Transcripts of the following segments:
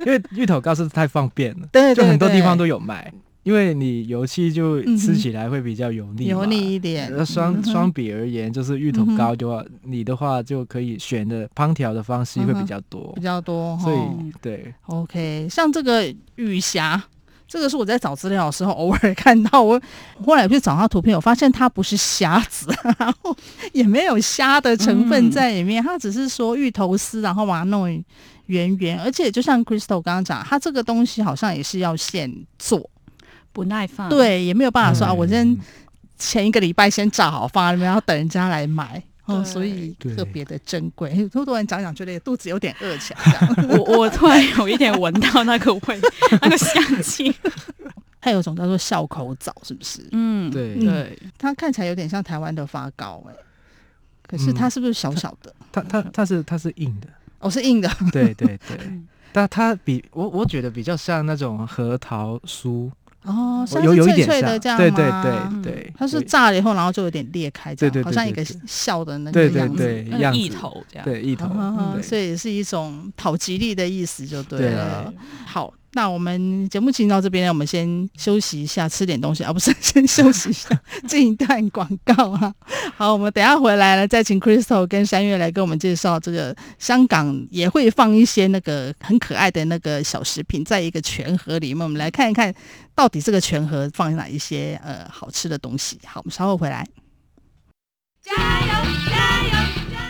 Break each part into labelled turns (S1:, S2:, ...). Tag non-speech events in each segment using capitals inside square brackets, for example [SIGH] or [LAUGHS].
S1: 对，因为芋头糕是太方便了，
S2: 对对
S1: 就很多地
S2: 对
S1: 方都有卖。因为你油漆就
S2: 嗯
S1: 吃
S2: 哼
S1: 起来会比较油腻嘛，
S2: 油腻一点，嗯
S1: 呃相相比而言，就是芋头糕的话，你的话就可以选的烹调的方
S2: 嗯
S1: 式会比较多
S2: 比，较多哈
S1: 所。以对
S2: OK，像这个雨霞，这个是我在找资料的时候偶尔看到，我后来去找它图片，我发现它不是虾子， [LAUGHS] 然后也没有虾的成分在里面，它只是说芋头丝，然后把它弄圆圆，而且就像 Crystal 刚刚讲，它这个东西好像也是要现做，
S3: 不耐烦，
S2: 对，也没有办法说、啊，我先
S1: 嗯
S2: 前一个礼拜先炸好放在那边，然后等人家来买。哦，
S3: 对
S2: 所以
S1: 对
S2: 特别的珍贵。突然讲讲，觉得肚子有点饿起来这样。
S3: 我我突然有一点闻到那个味， [LAUGHS] 那个香 [LAUGHS] 气。
S2: 还有一种叫做笑口枣，是不是？
S3: 嗯，
S1: 对
S2: 嗯
S3: 对，
S2: 它看起来有点像台湾的发糕、哎，可是
S1: 嗯
S2: 它是不是小小的？
S1: 它它它是它是硬的，
S2: 哦，是硬的，
S1: 对对
S2: [LAUGHS]
S1: 对。
S2: 嗯
S1: 但它比我我觉得比较像那种核桃酥，
S2: 哦，
S1: 我
S2: 像
S1: 有
S2: 是
S1: 有一
S2: 脆
S1: 点
S2: 脆
S1: 像
S2: 的这，样吗？嗯
S1: 对对对对，
S2: 它是
S1: 对
S2: 炸了以后，然后就有点裂开，这样
S1: 对对对
S2: 好像一个
S1: 对对
S2: 笑的那个
S1: 对对
S2: 样子。
S1: 对
S3: 嗯那
S1: 样
S3: 个
S1: 子
S3: 一头这样。
S1: 对一头
S2: [LAUGHS]
S1: 嗯
S2: 啊，
S1: 对
S2: 所以是一种讨吉利的意思，就对
S1: 对
S2: 了
S1: 啊。
S2: 好，那我们节目进行到这边，我们先休息一下，吃点东西 [LAUGHS] 啊，不是先休息
S1: [LAUGHS]
S2: 一下，进一段广告啊。好，我们等一下回来了，再请 Crystal 跟山月来跟我们介绍这个香港也会放一些那个很可爱的那个小食品，在一个全盒里面，我们来看一看到底这个全盒放哪一些呃好吃的东西。好，我们稍后回来。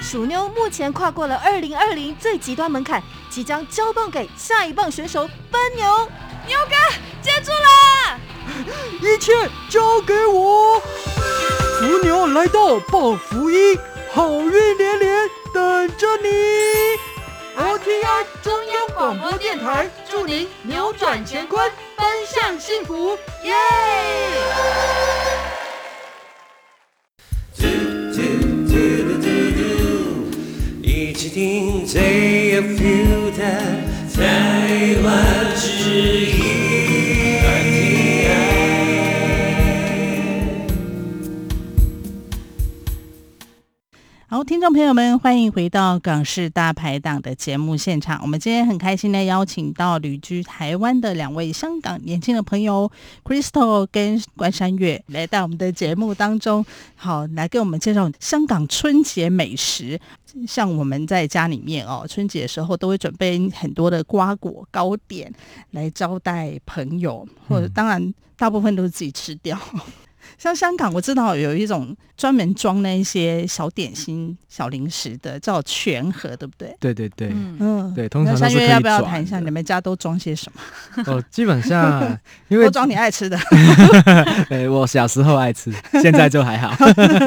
S4: 鼠妞目前跨过了二零二零最极端门槛，即将交棒给下一棒选手奔牛。牛哥，接住啦！
S5: 一切交给我。伏牛来到报福音，好运连连等着你。OTR 中央广播电台祝您扭转乾坤，奔向幸福，耶！
S6: Each thing they a few times 台湾之音
S2: 好，听众朋友们，欢迎回到《港式大排档》的节目现场。我们今天很开心的邀请到旅居台湾的两位香港年轻的朋友 Crystal 跟关山月来到我们的节目当中，好来给我们介绍香港春节美食。像我们在家里面哦，春节的时候都会准备很多的瓜果糕点来招待朋友，或者当然大部分都是自己吃掉。 [LAUGHS] 像香港，我知道有一种专门装那一些小点心、小零食的，叫全盒，对不对？
S1: 对对对，
S3: 嗯，
S2: 嗯，
S1: 对通常
S2: 那
S1: 都
S2: 三
S1: 是可
S2: 月
S1: 以
S2: 要不要
S1: 转
S2: 谈一下
S1: 的
S2: 你们家都装些什么？
S1: 哦，基本上因为
S2: 都装你爱吃的，
S1: 对，我小时候爱吃，现在就还
S2: [LAUGHS]
S1: 好。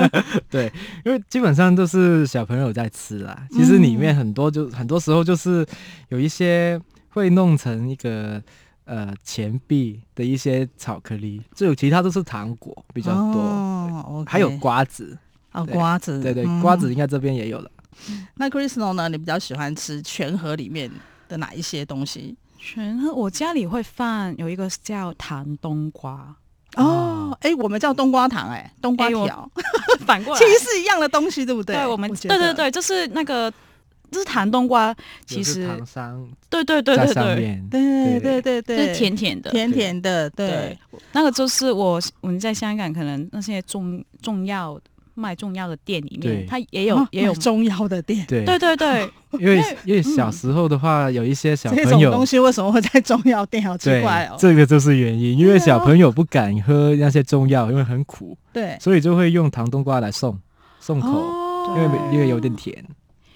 S1: [LAUGHS] 对，因为基本上都是小朋友在吃啦。其实里
S2: 嗯
S1: 面很多就、很多时候就是有一些会弄成一个呃钱币的一些巧克力，只有其他都是糖果比较多，
S2: 哦，
S1: 还有
S2: OK
S1: 瓜子。
S2: 哦
S1: 对
S2: 瓜子，
S1: 对对，
S2: 嗯
S1: 瓜子。应该这边也有了。
S2: 那 Crystal 呢？你比较喜欢吃全盒里面的哪一些东西？
S3: 全我家里会放有一个叫糖冬 [LAUGHS] 瓜，
S2: 哦，哎，我们叫冬瓜糖，哎，冬瓜
S3: 哎我
S2: [LAUGHS] 条，
S3: 反过来
S2: 其实是一样的东西，对不对？
S3: 对我们
S2: 觉
S3: 对对
S2: 得，
S3: 对，就是那个就是糖冬瓜，其
S1: 有是
S3: 实
S1: 糖霜
S3: 对对对
S1: 在
S3: 对
S1: 上
S3: 对，
S1: 面，
S2: 对对
S1: 对
S2: 对对，
S3: 就是甜甜的。
S2: 甜甜的，对
S3: 对，那个就是我我们在香港可能那些中中药卖中药的店里
S1: 对
S3: 面，它也有
S2: 啊
S3: 也有
S2: 买，中药的店。
S1: 对
S3: 对对对，
S1: 因为
S3: 因为
S1: 因为小时候的话，有一些小
S2: 嗯这
S1: 朋
S2: 种
S1: 友
S2: 东西为什么会在中药店？好奇
S1: 对
S2: 怪哦。
S1: 这个就是原因，因为
S2: 对啊
S1: 小朋友不敢喝那些中药，因为很苦，
S2: 对，
S1: 所以就会用糖冬瓜来送送口，
S2: 哦
S1: 因为因为有点甜。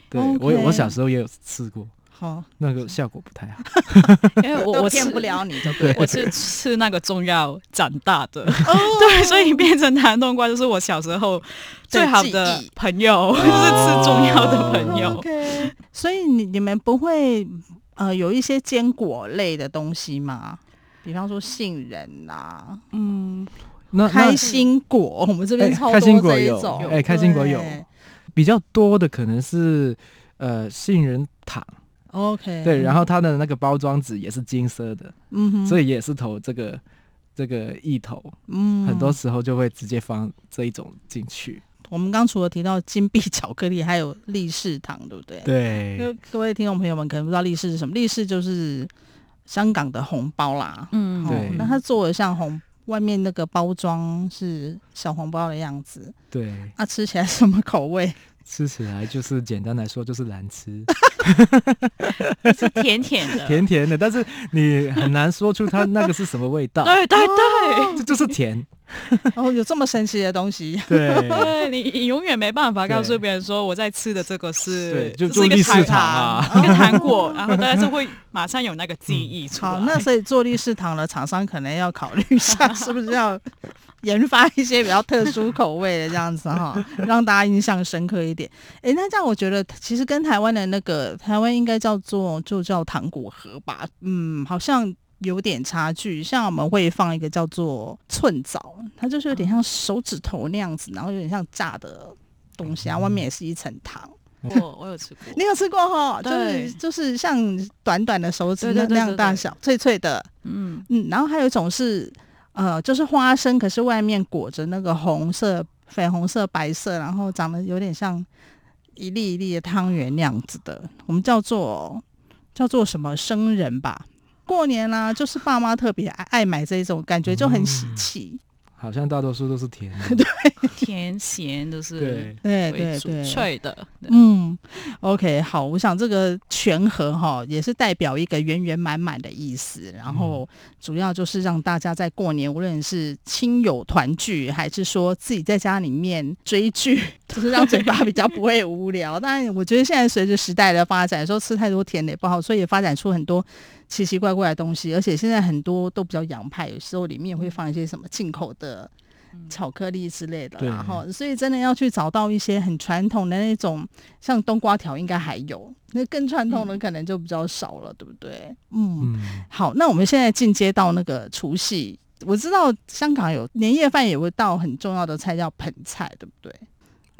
S1: 对
S2: OK
S1: 我我小时候也有吃过，
S2: 好，
S1: 那个效果不太好。
S3: 因为
S2: [LAUGHS] 都
S3: 我我
S2: 骗
S3: 吃
S2: 不了你就 [LAUGHS] 对了。
S3: 我是吃那个中药长大的，
S2: 哦
S3: [LAUGHS] 对，所以变成糖冬瓜就是我小时候最好
S2: 的
S3: 的
S2: 记忆
S3: 朋友， [LAUGHS] 就是吃中 [LAUGHS] 药的朋友。
S2: 哦 OK，所以你你们不会呃有一些坚果类的东西吗？比方说杏仁啦、
S3: 嗯，
S1: 哦那那
S2: 开心果，我们这边
S1: 哎
S2: 超
S1: 开心
S2: 多
S1: 果
S2: 这一
S1: 有
S2: 种。
S1: 哎开心果有
S2: 对
S1: 比较多的可能是呃杏仁糖，
S2: OK，
S1: 对，然后它的那个包装纸也是金色的，
S2: 嗯哼，
S1: 所
S2: 以
S1: 以也是投这个这个意头，
S2: 嗯
S1: 很多时候就会直接放这一种进去。
S2: 我们刚除了提到金币巧克力，还有立式糖，对不对？因
S1: 对
S2: 为各位听众朋友们可能不知道立式是什么，立式就是香港的红包啦。
S3: 嗯
S2: 哦
S1: 对
S2: 那它做的像红，外面那个包装是小红包的样子，
S1: 对，
S2: 啊，吃起来什么口味？ [LAUGHS]
S1: 吃起来就是简单来说就是难吃。
S3: 是甜甜的，
S1: 甜甜的，但是你很难说出它那个是什么味
S3: [LAUGHS]
S1: 道，
S3: [LAUGHS] 对对对。
S1: 这就是甜。
S2: 哦，有这么神奇的东西？
S1: 对
S3: 对你，你永远没办法告诉
S1: 对
S3: 别人说我在吃的这个是，
S1: 对就
S3: 这
S1: 就是
S3: 一
S1: 立
S3: 个
S1: 式
S3: 糖
S1: 糖啊，嗯
S3: 一个糖
S1: [LAUGHS]
S3: 果，然后大家就会马上有那个记忆出来。
S2: 好，那所以做立式糖的厂商可能要考虑一下，是不是要呃研发一些比较特殊口味的这样子哈，让大家印象深刻一点。诶，那这样我觉得其实跟台湾的那个台湾应该叫做就叫糖果盒吧，嗯，好像有点差距。像我们会放一个叫做寸枣，它嗯就是有点像手指头那样子，然后有点像炸的东西，
S3: 嗯
S2: 然后外面也是一层糖。
S3: 我
S1: [LAUGHS]
S3: 我有吃过，
S2: 你有吃过哈？就是
S3: 对
S2: 就是像短短的手指
S3: 对
S2: 那
S3: 对对
S2: 那样
S3: 对
S2: 大
S3: 对
S2: 小，脆脆的。
S3: 嗯，
S2: 嗯，然后还有一种是呃，就是花生，可是外面裹着那个红色、粉红色、白色，然后长得有点像一粒一粒的汤圆那样子的，我们叫做叫做什么生人吧。过年啦、就是爸妈特别爱爱买这种，感觉就很喜
S3: 嗯
S2: 气。
S1: 好像大多数都是甜的。
S3: 甜咸都是
S1: 对，
S2: 对对
S3: 为主，
S2: 对，
S3: 脆的，对
S2: 嗯，OK，好，我想这个全盒哈也是代表一个圆圆满满的意思，然后主要就是让大家在过年，无论是亲友团聚，还是说自己在家里面追剧， [LAUGHS] 就是让嘴巴比较不会无聊。但我觉得现在随着时代的发展，说吃太多甜的也不好，所以也发展出很多奇奇怪怪的东西，而且现在很多都比较洋派，有时候里面会放一些什么进口的巧克力之类的啦，
S1: 对
S2: 然后所以真的要去找到一些很传统的那种，像冬瓜条应该还有，那更传统的可能就比较少了，对不对？嗯，
S1: 嗯，
S2: 好，那我们现在进阶到那个除夕，我知道香港有年夜饭也会到很重要的菜叫盆菜，对不对？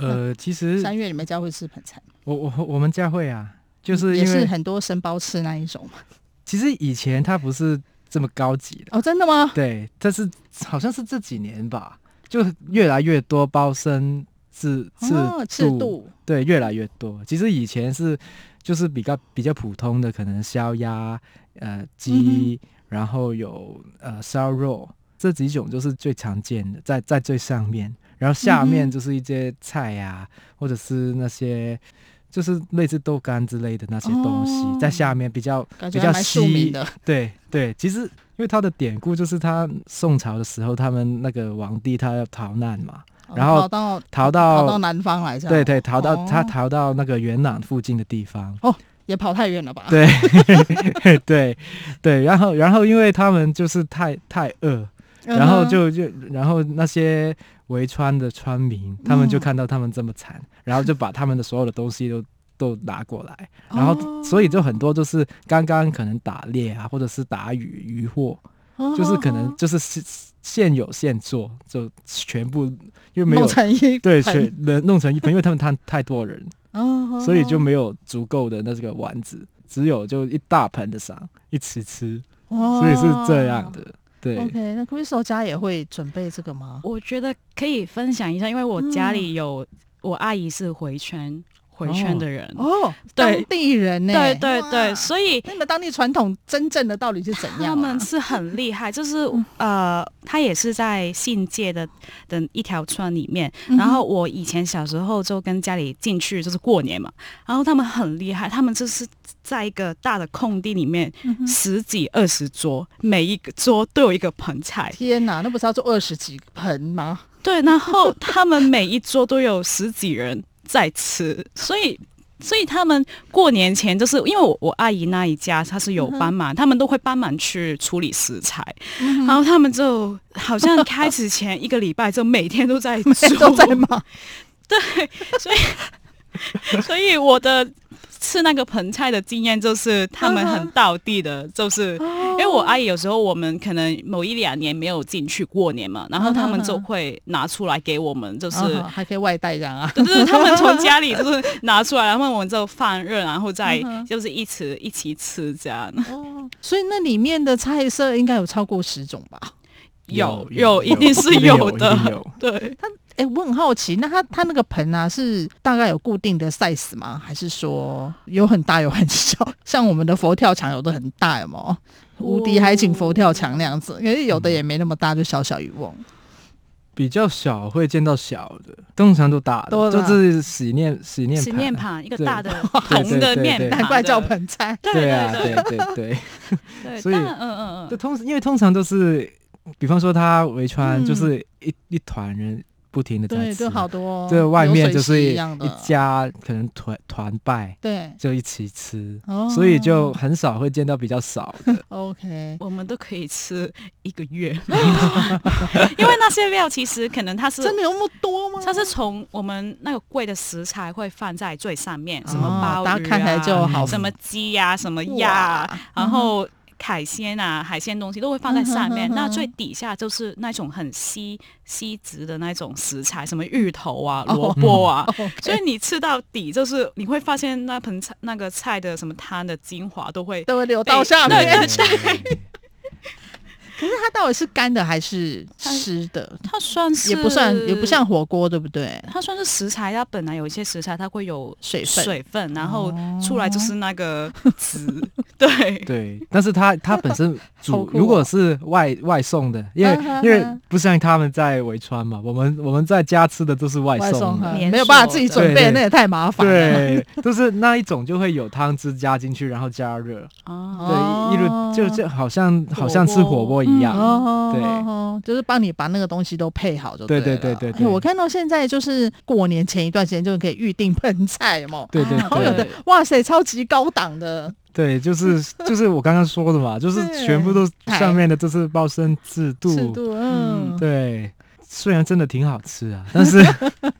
S1: 呃，其实
S2: 三月你们家会吃盆菜吗，
S1: 我我我们家会啊，就是
S2: 嗯也
S1: 因
S2: 是
S1: 为
S2: 很多生包吃那一种嘛。
S1: 其实以前它不是这么高级的，
S2: 哦，真的吗？
S1: 对，但是好像是这几年吧，就越来越多包生制制
S2: 哦，制度，
S1: 对，越来越多。其实以前是就是比较比较普通的，可能烧鸭、呃
S2: 嗯
S1: 鸡，然后有呃烧肉这几种就是最常见的，在在最上面，然后下
S2: 嗯
S1: 面就是一些菜呀、或者是那些。就是类似豆干之类的那些东西，
S2: 哦
S1: 在下面比较
S2: 感
S1: 比
S2: 觉还
S1: 较
S2: 蛮庶
S1: 稀
S2: 民的。
S1: 对对，其实因为他的典故就是他宋朝的时候，他们那个皇帝他要逃难嘛，然后
S2: 哦跑到
S1: 逃
S2: 跑
S1: 到
S2: 到南方来，这样
S1: 对对，逃到、他
S2: 哦
S1: 逃到那个元朗附近的地方， [LAUGHS]
S2: 也跑太远了吧？
S1: 对对对，然后然后因为他们就是太太饿，
S2: 嗯哼，
S1: 然后就就然后那些围川的川民，他们
S2: 嗯
S1: 就看到他们这么惨，然后就把他们的所有的东西都。都拿过来，然后、
S2: 哦
S1: 所以就很多就是刚刚可能打猎啊，或者是打渔渔获，
S2: 哦
S1: 就是可能就是现现有现做，就全部因为没有
S2: 弄成一
S1: 对
S2: 盆
S1: 全能弄成一盆，因为他们太太多人，
S2: 哦
S1: 所以就没有足够的那这个丸子，只有就一大盆的赏一起吃，所
S2: 所
S1: 以是这样。的。对，
S2: 哦 OK，那 Crystal 家也会准备这个吗？
S3: 我觉得可以分享一下，因为我家里有、我阿姨是回圈回圈的人，
S2: 哦，
S3: 对
S2: 当地人呢？
S3: 对对
S2: 哇
S3: 对，所以
S2: 那你们当地传统真正的到底是怎样啊？
S3: 他
S2: 嗯
S3: 们是很厉
S2: [LAUGHS]
S3: 害，就是呃，他也是在信界的的一条村里面。
S2: 嗯哼
S3: 然后我以前小时候就跟家里进去，就是过年嘛。然后他们很厉害，他们就是在一个大的空地里面，
S2: 嗯
S3: 十几二十桌，每一个桌都有一个盆菜。
S2: 天哪，那不是要做二十几盆吗？
S3: 对，然后他们每一桌都有十几人在吃， [LAUGHS] 所以。所以他们过年前就是因为我我阿姨那一家她是有帮
S2: 嗯
S3: 忙，他们都会帮忙去处理食材，然后他们就好像开始前一个礼拜就每天都在
S2: [LAUGHS] 每
S3: 煮，
S2: 都在
S3: [LAUGHS]
S2: 忙，
S3: 所以我的吃那个盆菜的经验就是他们很道地的，就是
S2: 哦
S3: 因为我阿姨有时候我们可能某一两年没有进去过年嘛，然后他们就会拿出来给我们，就是
S2: 啊还可以外带这样啊。
S3: 就是他们从家里就是拿出来，然后我们就放热，然后再
S2: 嗯哼
S3: 就是一起一起吃这样。
S2: 哦，所以那里面的菜色应该有超过十种吧？
S3: 有有，
S1: 有
S3: 一定是
S1: 一定有
S3: 的
S1: 一定有。
S3: [LAUGHS] 对，
S2: 哎，我很好奇，那它它那个盆啊，是大概有固定的 size 吗？还是说有很大有很小？ [LAUGHS] 像我们的佛跳墙有的很大，有没有？无敌海景佛跳墙那样子，可是有的也没那么大，就小小一瓮。
S1: 比较小会见到小的，通常都大
S2: 多
S1: 的，
S2: 啦
S1: 就是洗面洗面
S3: 洗面盘一个
S1: 对
S3: 大的
S1: 对
S3: 红的
S1: 对
S3: 面
S1: 对
S3: 盘
S2: 难
S3: 的，
S2: 怪叫盆菜。
S3: 对。
S1: 对啊，
S3: 对
S1: 对对
S2: [LAUGHS]
S1: 对，
S3: 对，
S1: 所以
S3: 但嗯嗯
S1: 就
S3: 嗯，
S1: 通因为通常都是，比方说他围
S2: 嗯
S1: 穿就是一一团人。不停的在
S2: 对，
S1: 吃
S2: 就。好多哦
S1: 这外面就
S2: 流水
S1: 是
S2: 席
S1: 一
S2: 一样的，
S1: 家可能团团拜
S2: 对
S1: 就一起吃，
S2: 哦
S1: 所以就很少会见到比较少的。
S2: ，OK，
S3: 我们都可以吃一个
S2: [LAUGHS]
S3: 月，因为那些料其实可能它是
S2: 真的有那么多吗？
S3: 它是从我们那个贵的食材会放在最上面，什
S2: 哦
S3: 么鲍鱼、啊、
S2: 大家看起来就好
S3: 什么鸡呀、什么鸭
S2: 哇
S3: 啊，然后海鲜啊、海鲜东西都会放在上面。
S2: 嗯哼哼哼
S3: 那最底下就是那种很稀稀值的那种食材，什么芋头啊、
S2: 哦
S3: 萝卜
S2: [LAUGHS]
S3: 啊。所以你吃到底，就是你会发现那盆菜、那个菜的什么汤的精华都会
S2: 都会流到下
S3: 对
S1: 对，
S2: 面。可是它到底是干的还是湿的？
S3: 它算是
S2: 也不算，也不像火锅，对不对？
S3: 它算是食材，它本来有一些食材它会有
S2: 水分哦
S3: 水分，然后出来就是那个汁，
S2: [LAUGHS]
S3: 对。
S1: 对，但是它它本身
S2: 好
S1: 煮
S2: 酷哦
S1: 如果是外外送的，因为
S2: 嗯哼
S1: 因为
S2: 哼
S1: 不像他们在围川嘛，我们我们在家吃的都是外
S2: 外
S1: 送
S2: 送嗯
S1: 的。
S2: 哈，
S3: 连
S2: 没有办法
S3: 锁
S2: 自己
S3: 的
S2: 准备，
S1: 对
S2: 那也太麻烦了。
S1: 对，就是那一种就会有汤汁加进去，然后加热，
S3: 哦，
S2: 哦
S1: 对，一路就是好像好像吃火锅一样，
S2: 哦，
S1: 对
S2: 哦，就是帮你把那个东西都配好就了
S1: 对对对对
S2: 哎
S1: 对
S2: 我看到现在就是过年前一段时间就可以预定盆菜嘛，
S1: 对对
S3: 啊
S2: 然后有
S1: 对
S2: 的哇塞，超级高档的，
S1: 对，
S2: [LAUGHS]
S1: 就是就是我刚刚说的嘛，就是
S2: 对
S1: 全部都上面的都是包身制
S2: 尺
S1: 度，
S2: 度，嗯，
S1: 对，虽然真的挺好吃啊，但
S2: [LAUGHS]
S1: 是 [LAUGHS]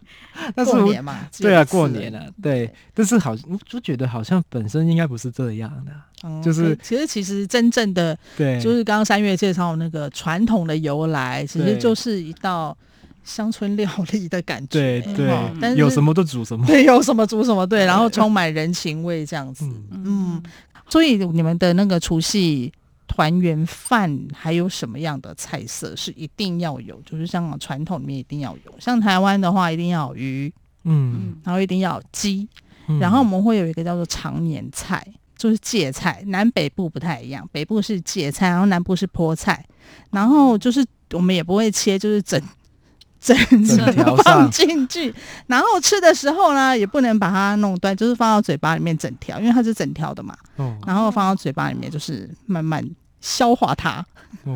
S1: 但是
S2: 过
S1: 我
S2: 年嘛，
S1: 对啊，过年
S2: 了，
S1: 了，对，但是好，我就觉得好像本身应该不是这样的，
S2: 嗯
S1: 就是
S2: 其实其实真正的
S1: 对，
S2: 就是刚刚三月介绍那个传统的由来，其实
S1: 对
S2: 就是一道乡村料理的感觉，
S1: 对对
S2: 哦但是
S1: 有什么都煮什么，
S2: 对，有什么煮什
S1: [LAUGHS]
S2: 么，对，然后充满人情味这样子。
S1: 嗯
S2: 嗯，所以你们的那个除夕团圆饭还有什么样的菜色是一定要有？就是香港传统里面一定要有，像台湾的话一定要有鱼，
S1: 嗯，
S2: 然后一定要有鸡，
S1: 嗯
S2: 然后我们会有一个叫做常年菜，就是芥菜，南北部不太一样，北部是芥菜，然后南部是菠菜，然后就是我们也不会切，就是整。整
S1: 整条
S2: 放
S1: 上
S2: 进去，然后吃的时候呢，也不能把它弄断，就是放到嘴巴里面整条，因为它是整条的嘛。
S1: 哦
S2: 然后放到嘴巴里面，就是慢慢消化它， [LAUGHS]
S1: 哦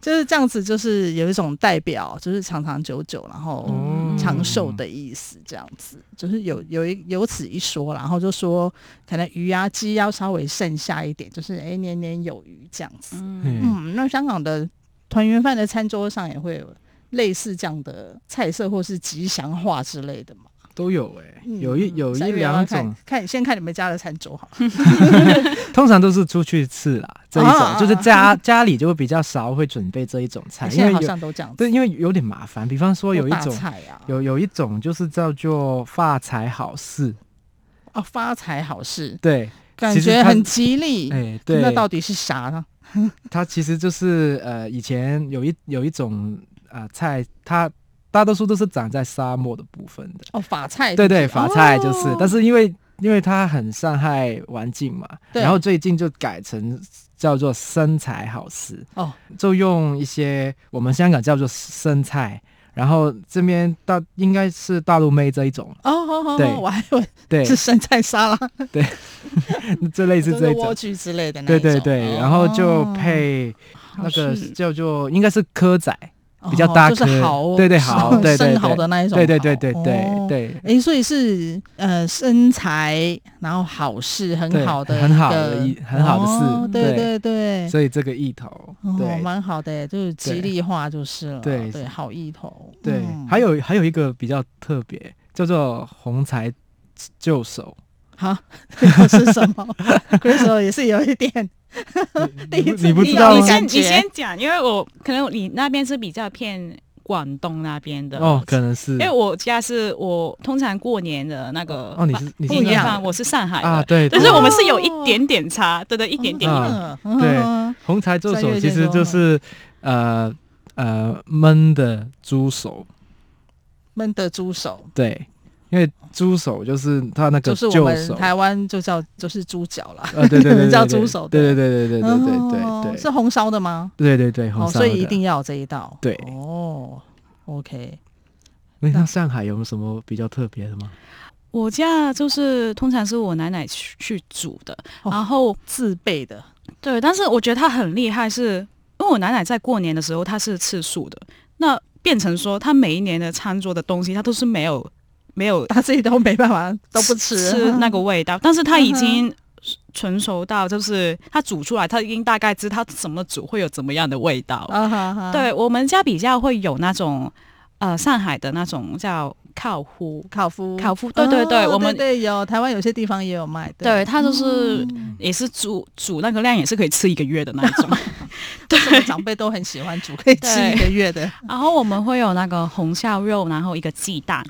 S2: 就是这样子，就是有一种代表，就是长长久久，然后
S1: 哦
S2: 长寿的意思，这样子，就是有有一有此一说，然后就说可能鱼啊鸡要稍微剩下一点，就是哎年年有余这样子。
S1: 嗯
S2: 嗯，那香港的团圆饭的餐桌上也会有类似这样的菜色或是吉祥话之类的嘛。
S1: 都有哎，
S2: 嗯
S1: 有一有
S2: 三
S1: 一
S2: 月要不要
S1: 两
S2: 看
S1: 种，
S2: 看先看你们家的餐桌好了。
S1: 通常都是出去吃啦，这一
S2: 啊啊
S1: 种
S2: 啊
S1: 就是家家里就会比较少会准备这一种菜，因
S2: 现在
S1: 为
S2: 好
S1: 有
S2: 像都这样子
S1: 对，，因为有点麻烦，比方说有一
S2: 多大
S1: 种
S2: 菜啊，
S1: 有有一种就是叫做发财好事，
S2: 哦，发财好事，
S1: 对，
S2: 感
S1: 其实
S2: 觉
S1: 它
S2: 很吉利。
S1: 哎对，
S2: 那到底是啥呢？
S1: 它其实就是呃，以前有一有一种啊、呃菜，它大多数都是长在沙漠的部分的。
S2: 哦，法菜是不
S1: 对
S2: 是，
S1: 对，法菜就是，
S2: 哦
S1: 但是因为因为它很伤害环境嘛，
S2: 对
S1: 然后最近就改成叫做生财好事，
S2: 哦，
S1: 就用一些我们香港叫做生菜。然后这边大应该是大陆妹这一种，
S2: 哦，好好
S1: 对
S2: 好，我还以为
S1: 对，
S2: 是生菜沙拉，
S1: [LAUGHS] 这类似
S2: 就
S1: 这
S2: 是
S1: 一
S2: 莴
S1: 种，
S2: 苣之类的那
S1: 对
S2: 一种。
S1: 对对，然后就
S2: 哦
S1: 配那个
S2: 是
S1: 叫做应该是蚵仔，
S2: 哦
S1: 比较大
S2: 就是
S1: 颗
S2: 蚝，
S1: 对对
S2: 生
S1: 蚝对对
S2: 生
S1: 对
S2: 蚝的那一种蚝，
S1: 对对对对对
S2: 哦。
S1: 对，
S2: 哎，所以是呃身材，然后好事，很
S1: 对
S2: 好的一个，
S1: 很好的一很好的事
S2: 哦对
S1: 对
S2: 对对，
S1: 所以这个意头，
S2: 哦，
S1: 对
S2: 蛮好的，就是吉
S1: 对
S2: 利话就是了，
S1: 对
S2: 对，好意头，
S1: 对
S2: 嗯，
S1: 还有还有一个比较特别，叫做红财就手，
S2: 好， [LAUGHS] 这个是什么？Chris 说也是有一点，第一次
S1: 你不
S2: 听
S1: 知
S2: 到
S1: 道
S3: 你
S1: 吗
S2: 的感
S3: 先你
S2: 觉
S3: 先讲，因为我可能你那边是比较偏广东那边的
S1: 哦，可能是
S3: 因为我家是我通常过年的那个
S1: 哦，你是你是
S2: 不一样
S1: 那
S3: 饭，我是上海的，
S1: 啊，对，
S3: 但
S1: 对
S3: 是我们是有一
S2: 哦
S3: 点点差，对对，一点点。
S1: 啊
S2: 嗯
S1: 对
S2: 嗯
S1: 红财就
S2: 在月
S1: 手
S2: 界
S1: 其实
S2: 中
S1: 就是呃呃焖的猪手，
S2: 焖的猪手
S1: 对，因为猪手就是它那个
S2: 就是
S1: 就
S2: 我们
S1: 手。
S2: 台湾就叫就是猪脚啦，
S1: 呃，对对对对，对
S2: [LAUGHS] 叫猪手的
S1: 对对对对对对对
S2: 哦
S1: 对对，
S2: 是红烧的吗？
S1: 对对对，红
S2: 哦，
S1: 烧
S2: 所以一
S1: 的
S2: 定要有这一道。
S1: 对
S2: 哦，OK，
S1: 诶那上海有没有什么比较特别的吗？
S3: 我家就是通常是我奶奶去去煮的，
S2: 哦
S3: 然后
S2: 自备的
S3: 对，但是我觉得她很厉害是，因为我奶奶在过年的时候她是吃素的，那变成说他每一年的餐桌的东西，他都是没有没有
S2: 他自己都没办法，都不吃
S3: 吃那个味道，但是他已经纯熟到，就是他煮出来，他已经大概知他怎么煮会有怎么样的味道。
S2: [LAUGHS] 啊哈哈，
S3: 对我们家比较会有那种呃上海的那种叫靠糊，
S2: 烤麸，
S3: 烤麸，对对对，
S2: 哦
S3: 我们
S2: 对对有台湾有些地方也有卖，
S3: 对，它就是、
S2: 嗯
S3: 也是煮煮那个量也是可以吃一个月的那一 [LAUGHS] 种。对
S2: 为什么长辈都很喜欢煮，可以吃
S3: 对
S2: 一个月的
S3: 然后我们会有那个红烧肉，然后一个鸡蛋，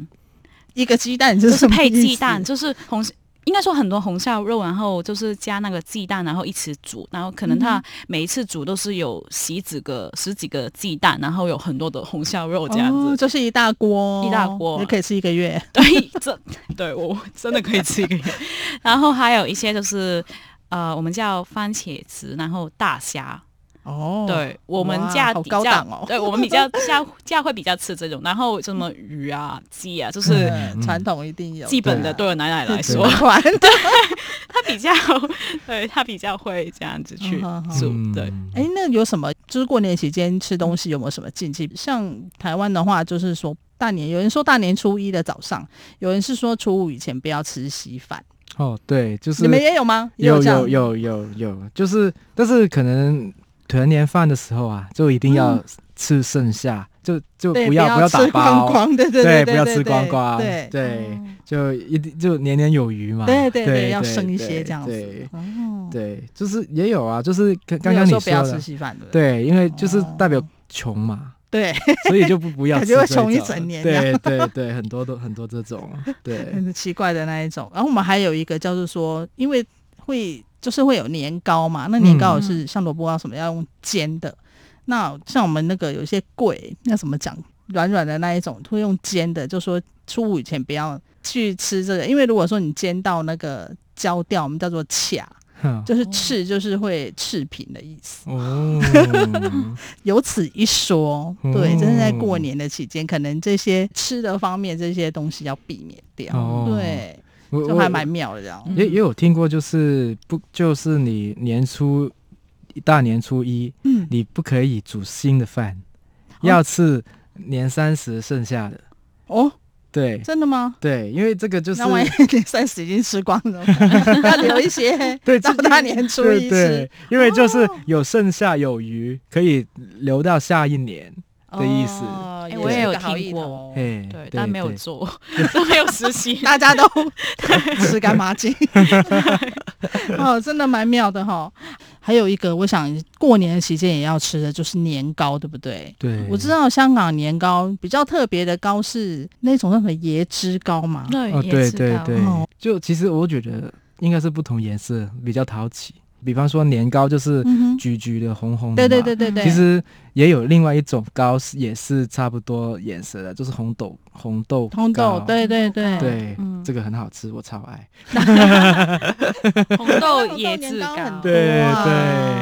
S2: 一个鸡蛋，就
S3: 就是是配
S2: 什么意思
S3: 鸡蛋，就是红。应该说很多红烧肉，然后就是加那个鸡蛋，然后一起煮，然后可能
S2: 嗯
S3: 它每一次煮都是有十几个、十几个鸡蛋，然后有很多的红烧肉这样
S2: 哦
S3: 子。
S2: 就是一大锅，哦
S3: 一大锅
S2: 也可以吃一个月。
S3: 对，这对我真的可以吃一个月。 [LAUGHS] 然后还有一些就是呃，我们叫番茄汁，然后大虾。
S2: 哦，
S3: 对我们
S2: 哇
S3: 家
S2: 好
S3: 比
S2: 高
S3: 较，
S2: 档哦 [LAUGHS]
S3: 对我们比较家家会比较吃这种，然后什么鱼啊、鸡啊，就是
S2: 对
S1: 嗯
S2: 传统一定有
S3: 基本的
S2: 嗯 [LAUGHS] 对
S3: 对
S1: 啊
S2: 啊
S3: 我奶奶来
S2: 是
S3: 说，
S2: 团的。
S3: 她比较对她比较会这样子去
S2: [LAUGHS] 嗯哼
S3: 煮，对。
S2: 哎，那有什么？就是过年期间吃东西有没有什么禁忌？像台湾的话，就是说大年，有人说大年初一的早上，有人是说初五以前不要吃稀饭，
S1: 哦，对，就是
S2: 你们也有吗？也
S1: 有
S2: 这样
S1: 有有有有，就是但是可能团年饭的时候啊，就一定要吃剩下，就就
S2: 嗯对
S1: 不
S2: 要
S1: 要不要打
S2: 吃光
S1: [LAUGHS] 包，
S2: 光， [LAUGHS] 对对
S1: 不
S2: 对，
S1: 要
S2: 对
S1: 吃光
S2: 对
S1: 光，
S2: 对哦
S1: 对，就一定就年年有余嘛，
S2: 对对
S1: 对，
S2: 要
S1: 对
S2: 剩一
S1: 对
S2: 些这样子
S1: 对。
S2: 哦，
S1: 对，就是也有啊，就是刚刚刚
S2: 你
S1: 你
S2: 有说不要
S1: 的
S2: 吃稀饭的，
S1: 对，因为就是代表
S2: 哦
S1: 穷嘛，
S2: 对，
S1: 所以就不不要
S2: 感
S1: 吃
S2: 觉
S1: 这
S2: 会
S1: 种，
S2: 穷一整年这
S1: 对对对，很多都很多这种，
S2: [LAUGHS]
S1: 对，
S2: 很嗯奇怪的那一种。然后我们还有一个叫做说，因为会就是会有年糕嘛，那
S1: 嗯
S2: 年糕也是像萝卜啊糕什么要用煎的。那像我们那个有些贵，那怎么讲软软的那一种会用煎的，就说初五以前不要去吃这个，因为如果说你煎到那个焦掉，我们叫做卡。
S1: 哼
S2: 就是赤，就是会赤贫的意思。 [LAUGHS]
S1: 哦，
S2: 有此一说，对，
S1: 哦
S2: 真的在过年的期间，可能这些吃的方面这些东西要避免掉。
S1: 哦
S2: 对，
S1: 我嗯
S2: 就
S1: 我
S2: 还蛮嗯妙的这样。
S1: 也也有听过，就是不就是你年初大年初一，
S2: 嗯
S1: 你不可以煮新的饭，要吃年三十剩下的，
S2: 哦，
S1: 对
S2: 真的吗？
S1: 对，因为这个就是
S2: 那
S1: [LAUGHS]
S2: 万一年三十已经吃光了， [LAUGHS] 要留一些
S1: 对
S2: [LAUGHS] 到
S1: 这
S2: 大年初
S1: 对
S2: 一吃哦
S1: 对，因为就是有剩下有余，可以留到下一年的意思。
S2: 哦
S3: 哎我也有
S2: 是个好意
S3: 听过
S2: 头
S1: 哎，
S3: 对，但没有
S1: 对
S3: 做， [LAUGHS] 都没有实
S2: [LAUGHS]
S3: 习。
S2: 大家都吃干
S1: [LAUGHS]
S2: 抹净。哦，真的蛮妙的哈、还有一个，我想过年的期间也要吃的就是年糕，对不对？
S1: 对，
S2: 我知道香港年糕比较特别的糕是那种叫什么椰汁糕嘛，
S3: 对
S1: 哦，对对对
S2: 哦，
S1: 就其实我觉得应该是不同颜色比较讨喜。比方说年糕就是
S2: 嗯哼
S1: 橘橘的、红红的
S2: 对
S1: 嘛，
S2: 对对对对，
S1: 其实也有另外一种糕是也是差不多颜色的，就是红豆红豆
S2: 红豆
S1: 糕，
S2: 对对对
S1: 对，
S3: 嗯
S1: 这个很好吃，我超爱。
S3: 红豆哦椰子
S2: 糕很
S3: 糕，
S2: 多
S1: 对
S2: 啊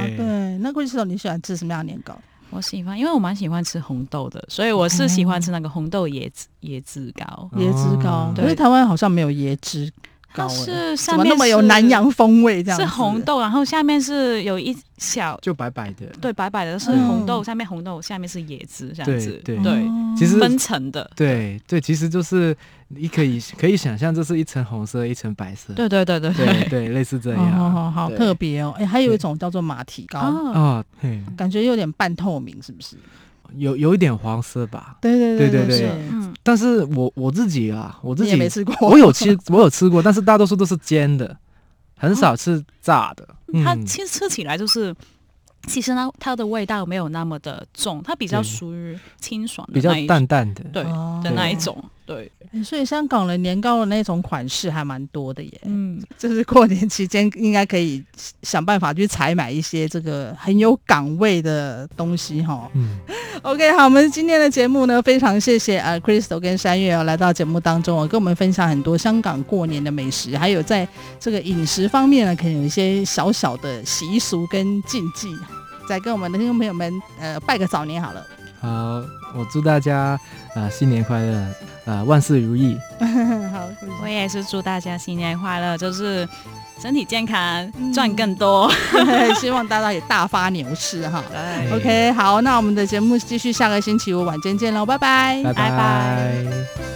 S1: 对
S2: 对，那桂枝手你喜欢吃什么样的年糕？
S3: 我喜欢，因为我蛮喜欢吃红豆的，所以我是喜欢吃那个红豆椰子椰子糕。
S1: 哦
S2: 椰汁糕，
S3: 对
S2: 因为台湾好像没有椰汁糕
S3: 它
S2: 欸，
S3: 是
S2: 怎
S3: 上
S2: 么
S3: 面
S2: 那么有
S3: 是
S2: 南洋风味这样？
S3: 是红，豆，然后下面是有一小
S1: 就白白的，
S3: 对白白的，是
S2: 嗯
S3: 红豆，下面红豆，下面是椰子这样
S1: 对
S3: 子，
S1: 对
S2: 哦
S1: 其实
S3: 分层的。
S1: 对对，其实就是你可以可以想象，这是一层红色，一层白色，
S3: 对对对对
S1: 对对，类似这
S2: 好好
S1: 样。
S2: 好好
S1: 对
S2: 特别哦。哎，还有一
S1: 对
S2: 种叫做马蹄糕，
S3: 哦，
S1: 哦，嘿
S2: 感觉有点半透明，是不是？
S1: 有有一点黄色吧，
S2: 对对
S1: 对对对
S2: 是
S3: 嗯，
S1: 但是我我自己啊，我自
S2: 你也
S1: 己
S2: 没吃过，
S1: 我有吃，我有吃过，但是大多数都是煎的，很
S2: 哦
S1: 少是炸的。
S3: 它
S1: 嗯
S3: 其实吃起来就是。其实呢，它的味道没有那么的重，它比较
S1: 对
S3: 属于清爽的
S1: 比较
S3: 那一
S1: 淡淡的，
S3: 对
S2: 哦
S3: 的那一种，对，
S2: 哎所以香港的年糕的那种款式还蛮多的耶。
S3: 嗯，
S2: 就是过年期间应该可以想办法去采买一些这个很有港味的东西哈。
S1: 嗯
S2: OK，好，我们今天的节目呢，非常谢谢呃 Crystal 跟山月哦来到节目当中哦，跟我们分享很多香港过年的美食，还有在这个饮食方面呢，可能有一些小小的习俗跟禁忌。再跟我们的听众朋友们，呃，拜个早年好了， [LAUGHS]
S1: 好，我祝大家呃新年快乐，呃万事如意。
S2: 好，
S3: 我也是祝大家新年快乐，就是身体健康，赚更多。
S2: 希望大家也大发牛市哈。OK，好，那我们的节目继续下个星期五晚间见喽，拜拜。
S1: 拜拜。